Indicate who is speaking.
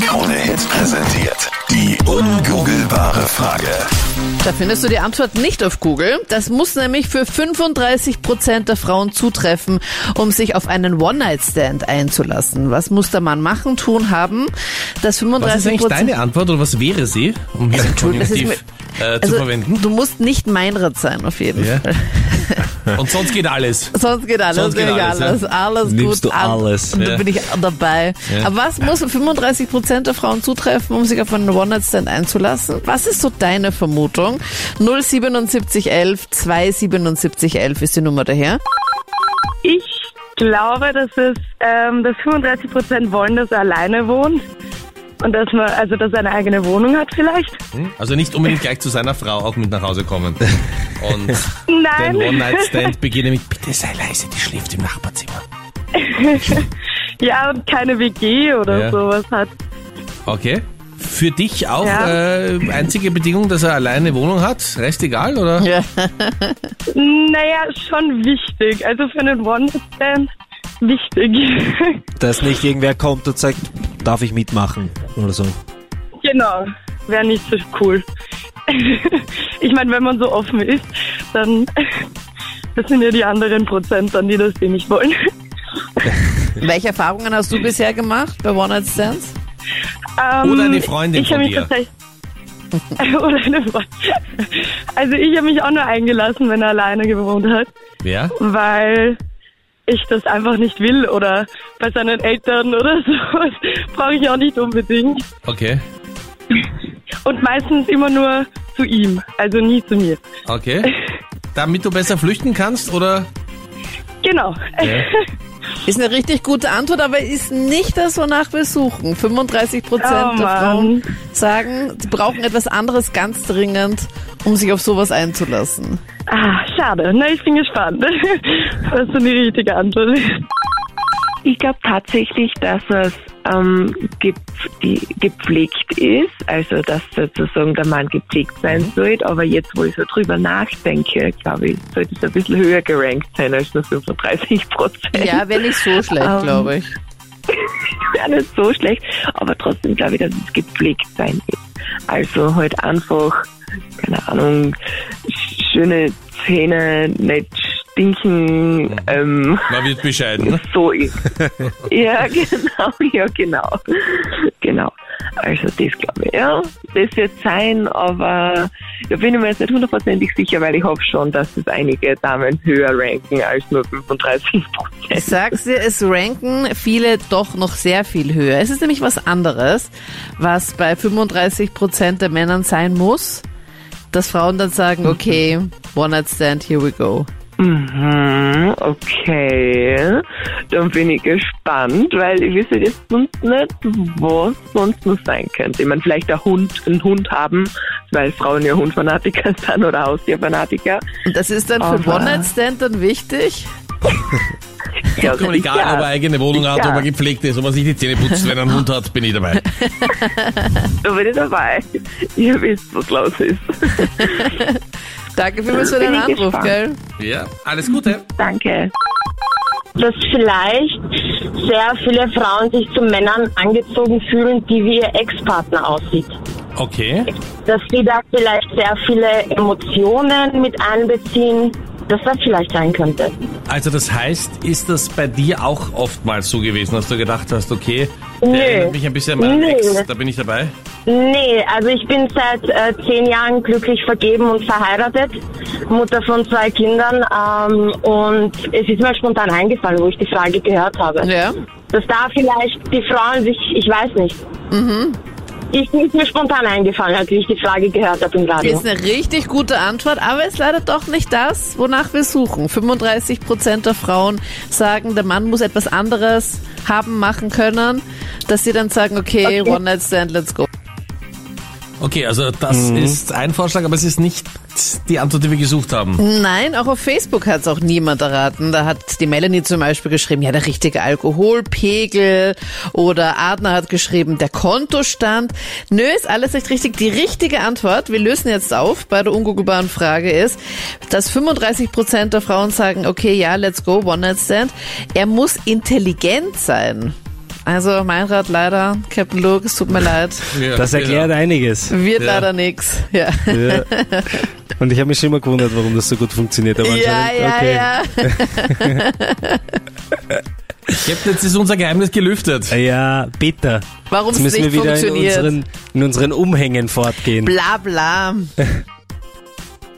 Speaker 1: Krone Hits präsentiert. Die ungoogelbare Frage.
Speaker 2: Da findest du die Antwort nicht auf Google. Das muss nämlich für 35 Prozent der Frauen zutreffen, um sich auf einen One-Night-Stand einzulassen. Was muss der Mann machen, tun, haben? Das 35
Speaker 3: Was ist eigentlich deine Antwort oder was wäre sie, um diesen
Speaker 2: Das ist Also
Speaker 3: Konjunktiv
Speaker 2: mir-
Speaker 3: äh, zu
Speaker 2: also,
Speaker 3: verwenden?
Speaker 2: Du musst nicht meinrad sein, auf jeden
Speaker 3: Ja.
Speaker 2: Fall.
Speaker 3: Und sonst geht alles.
Speaker 2: Sonst geht alles,
Speaker 3: Sonst geht
Speaker 2: nämlich
Speaker 3: alles,
Speaker 2: alles,
Speaker 3: ja.
Speaker 2: alles
Speaker 4: Nimmst
Speaker 2: gut
Speaker 4: du alles,
Speaker 2: an. Und
Speaker 3: ja.
Speaker 2: da bin ich dabei. Aber was muss 35 Prozent der Frauen zutreffen, um sich auf einen One-Night-Stand einzulassen? Was ist so deine Vermutung? 07711 27711 ist die Nummer daher.
Speaker 5: Ich glaube, dass es, ähm, dass 35 Prozent wollen, dass er alleine wohnt und dass man, also dass er eine eigene Wohnung hat vielleicht.
Speaker 3: Also nicht unbedingt gleich zu seiner Frau auch mit nach Hause kommen. Und den
Speaker 5: Nein,
Speaker 3: One-Night-Stand beginne mit, bitte sei leise, die schläft im Nachbarzimmer.
Speaker 5: ja und keine WG oder
Speaker 3: Ja.
Speaker 5: sowas hat.
Speaker 3: Okay. Für dich auch
Speaker 5: Ja.
Speaker 3: äh, einzige Bedingung, dass er alleine Wohnung hat? Rest egal, oder?
Speaker 2: Ja.
Speaker 5: Naja, schon wichtig. Also für einen One-Stand wichtig.
Speaker 4: Dass nicht irgendwer kommt und sagt, darf ich mitmachen oder so.
Speaker 5: genau, wäre nicht so cool. ich meine, wenn man so offen ist, dann das sind ja die anderen Prozent dann, die das eh nicht wollen.
Speaker 2: Welche Erfahrungen hast du bisher gemacht bei One-Night-Stands?
Speaker 5: Ähm,
Speaker 3: Oder eine Freundin
Speaker 5: ich hab
Speaker 3: von
Speaker 5: mich
Speaker 3: dir.
Speaker 5: tatsächlich- Oder eine Freundin. Also ich habe mich auch nur eingelassen, wenn er alleine gewohnt hat,
Speaker 3: Wer?
Speaker 5: weil ich das einfach nicht will oder bei seinen Eltern oder so. Brauche ich auch nicht unbedingt.
Speaker 3: Okay.
Speaker 5: Und meistens immer nur zu ihm, also nie zu mir.
Speaker 3: Okay. Damit du besser flüchten kannst, oder?
Speaker 5: Genau.
Speaker 2: Ist eine richtig gute Antwort, aber ist nicht das, wonach wir suchen. 35 Prozent
Speaker 5: Oh,
Speaker 2: der
Speaker 5: Mann.
Speaker 2: Frauen sagen, sie brauchen etwas anderes ganz dringend, um sich auf sowas einzulassen.
Speaker 5: Ah, schade. Na, ich bin gespannt, was so die richtige Antwort ist.
Speaker 6: Ich glaube tatsächlich, dass es ähm, gep die, gepflegt ist, also dass sozusagen der Mann gepflegt sein sollte, aber jetzt, wo ich so drüber nachdenke, glaube ich, sollte es ein bisschen höher gerankt sein als nur 35 Prozent.
Speaker 2: Ja, wäre nicht so schlecht,
Speaker 6: Ähm,
Speaker 2: glaube ich.
Speaker 6: wäre nicht so schlecht, aber trotzdem glaube ich, dass es gepflegt sein ist. Also halt einfach, keine Ahnung, schöne Zähne, nicht stinken, ähm,
Speaker 3: Man wird bescheiden. ne?
Speaker 6: so ist. ja, genau, ja, genau. Genau. Also das glaube ich, ja. Das wird sein, aber da bin ich mir jetzt nicht hundertprozentig sicher, weil ich hoffe schon, dass es einige Damen höher ranken als nur 35 Prozent.
Speaker 2: Ich sag's dir, es ranken viele doch noch sehr viel höher. Es ist nämlich was anderes, was bei 35 Prozent der Männern sein muss, dass Frauen dann sagen, okay, One-Night-Stand, here we go.
Speaker 6: Mhm, okay. Dann bin ich gespannt, weil ich wüsste jetzt sonst nicht, was sonst noch sein könnte. Ich meine, vielleicht ein Hund, einen Hund haben, weil Frauen ja Hundfanatiker sind oder Haustierfanatiker.
Speaker 2: Und das ist dann für
Speaker 6: Aber-
Speaker 2: One-Night-Stand dann wichtig?
Speaker 6: Ja,
Speaker 3: Komm, egal, ob er eigene Wohnung hat, ob er gepflegt ist, ob er sich die Zähne putzt, wenn er einen Hund hat, bin ich dabei.
Speaker 6: Da bin ich dabei. Ihr wisst, was los ist.
Speaker 2: Danke vielmals für
Speaker 6: Bin
Speaker 2: deinen
Speaker 6: ich
Speaker 2: Anruf,
Speaker 6: gespannt.
Speaker 2: gell?
Speaker 3: Ja, alles Gute.
Speaker 6: Danke.
Speaker 7: dass vielleicht sehr viele Frauen sich zu Männern angezogen fühlen, die wie ihr Ex-Partner aussieht.
Speaker 3: Okay.
Speaker 7: Dass sie da vielleicht sehr viele Emotionen mit einbeziehen, dass das vielleicht sein könnte.
Speaker 3: Also das heißt, ist das bei dir auch oftmals so gewesen, dass du gedacht hast, okay, der
Speaker 7: Nö.
Speaker 3: erinnert mich ein bisschen an meinen
Speaker 7: Nö.
Speaker 3: Ex, da bin ich dabei.
Speaker 7: Nee, also ich bin seit äh, zehn Jahren glücklich vergeben und verheiratet, Mutter von zwei Kindern ähm, und es ist mir spontan eingefallen, wo ich die Frage gehört habe.
Speaker 2: Ja.
Speaker 7: Dass da vielleicht die Frauen sich, ich weiß nicht. Ich bin mir spontan eingefallen, als ich die Frage gehört habe im Radio.
Speaker 2: Ist eine richtig gute Antwort, aber ist leider doch nicht das, wonach wir suchen. 35 Prozent der Frauen sagen, der Mann muss etwas anderes haben, machen können, dass sie dann sagen, okay, One Night Stand, let's go.
Speaker 3: Okay, also das ist ein Vorschlag, aber es ist nicht die Antwort, die wir gesucht haben.
Speaker 2: Nein, auch auf Facebook hat es auch niemand erraten. Da hat die Melanie zum Beispiel geschrieben, ja, der richtige Alkoholpegel oder Adner hat geschrieben, der Kontostand. Nö, ist alles nicht richtig. Die richtige Antwort, wir lösen jetzt auf bei der ungoogelbaren Frage ist, dass 35 Prozent der Frauen sagen, okay, ja, let's go, One Night Stand. Er muss intelligent sein. Also mein Rat leider, Captain Luke, es tut mir leid.
Speaker 3: Ja,
Speaker 4: Das erklärt einiges.
Speaker 2: Wird
Speaker 3: Ja.
Speaker 2: leider nix. Ja,
Speaker 4: Ja. Und ich habe mich schon immer gewundert, warum das so gut funktioniert. Aber
Speaker 2: ja,
Speaker 4: anscheinend-
Speaker 2: ja.
Speaker 4: okay.
Speaker 2: ja.
Speaker 3: Captain, jetzt ist unser Geheimnis gelüftet.
Speaker 4: Ja, bitte.
Speaker 2: Warum
Speaker 4: Jetzt
Speaker 2: es
Speaker 4: müssen wir
Speaker 2: nicht
Speaker 4: wieder in
Speaker 2: funktioniert.
Speaker 4: unseren, in unseren Umhängen fortgehen.
Speaker 2: Bla bla.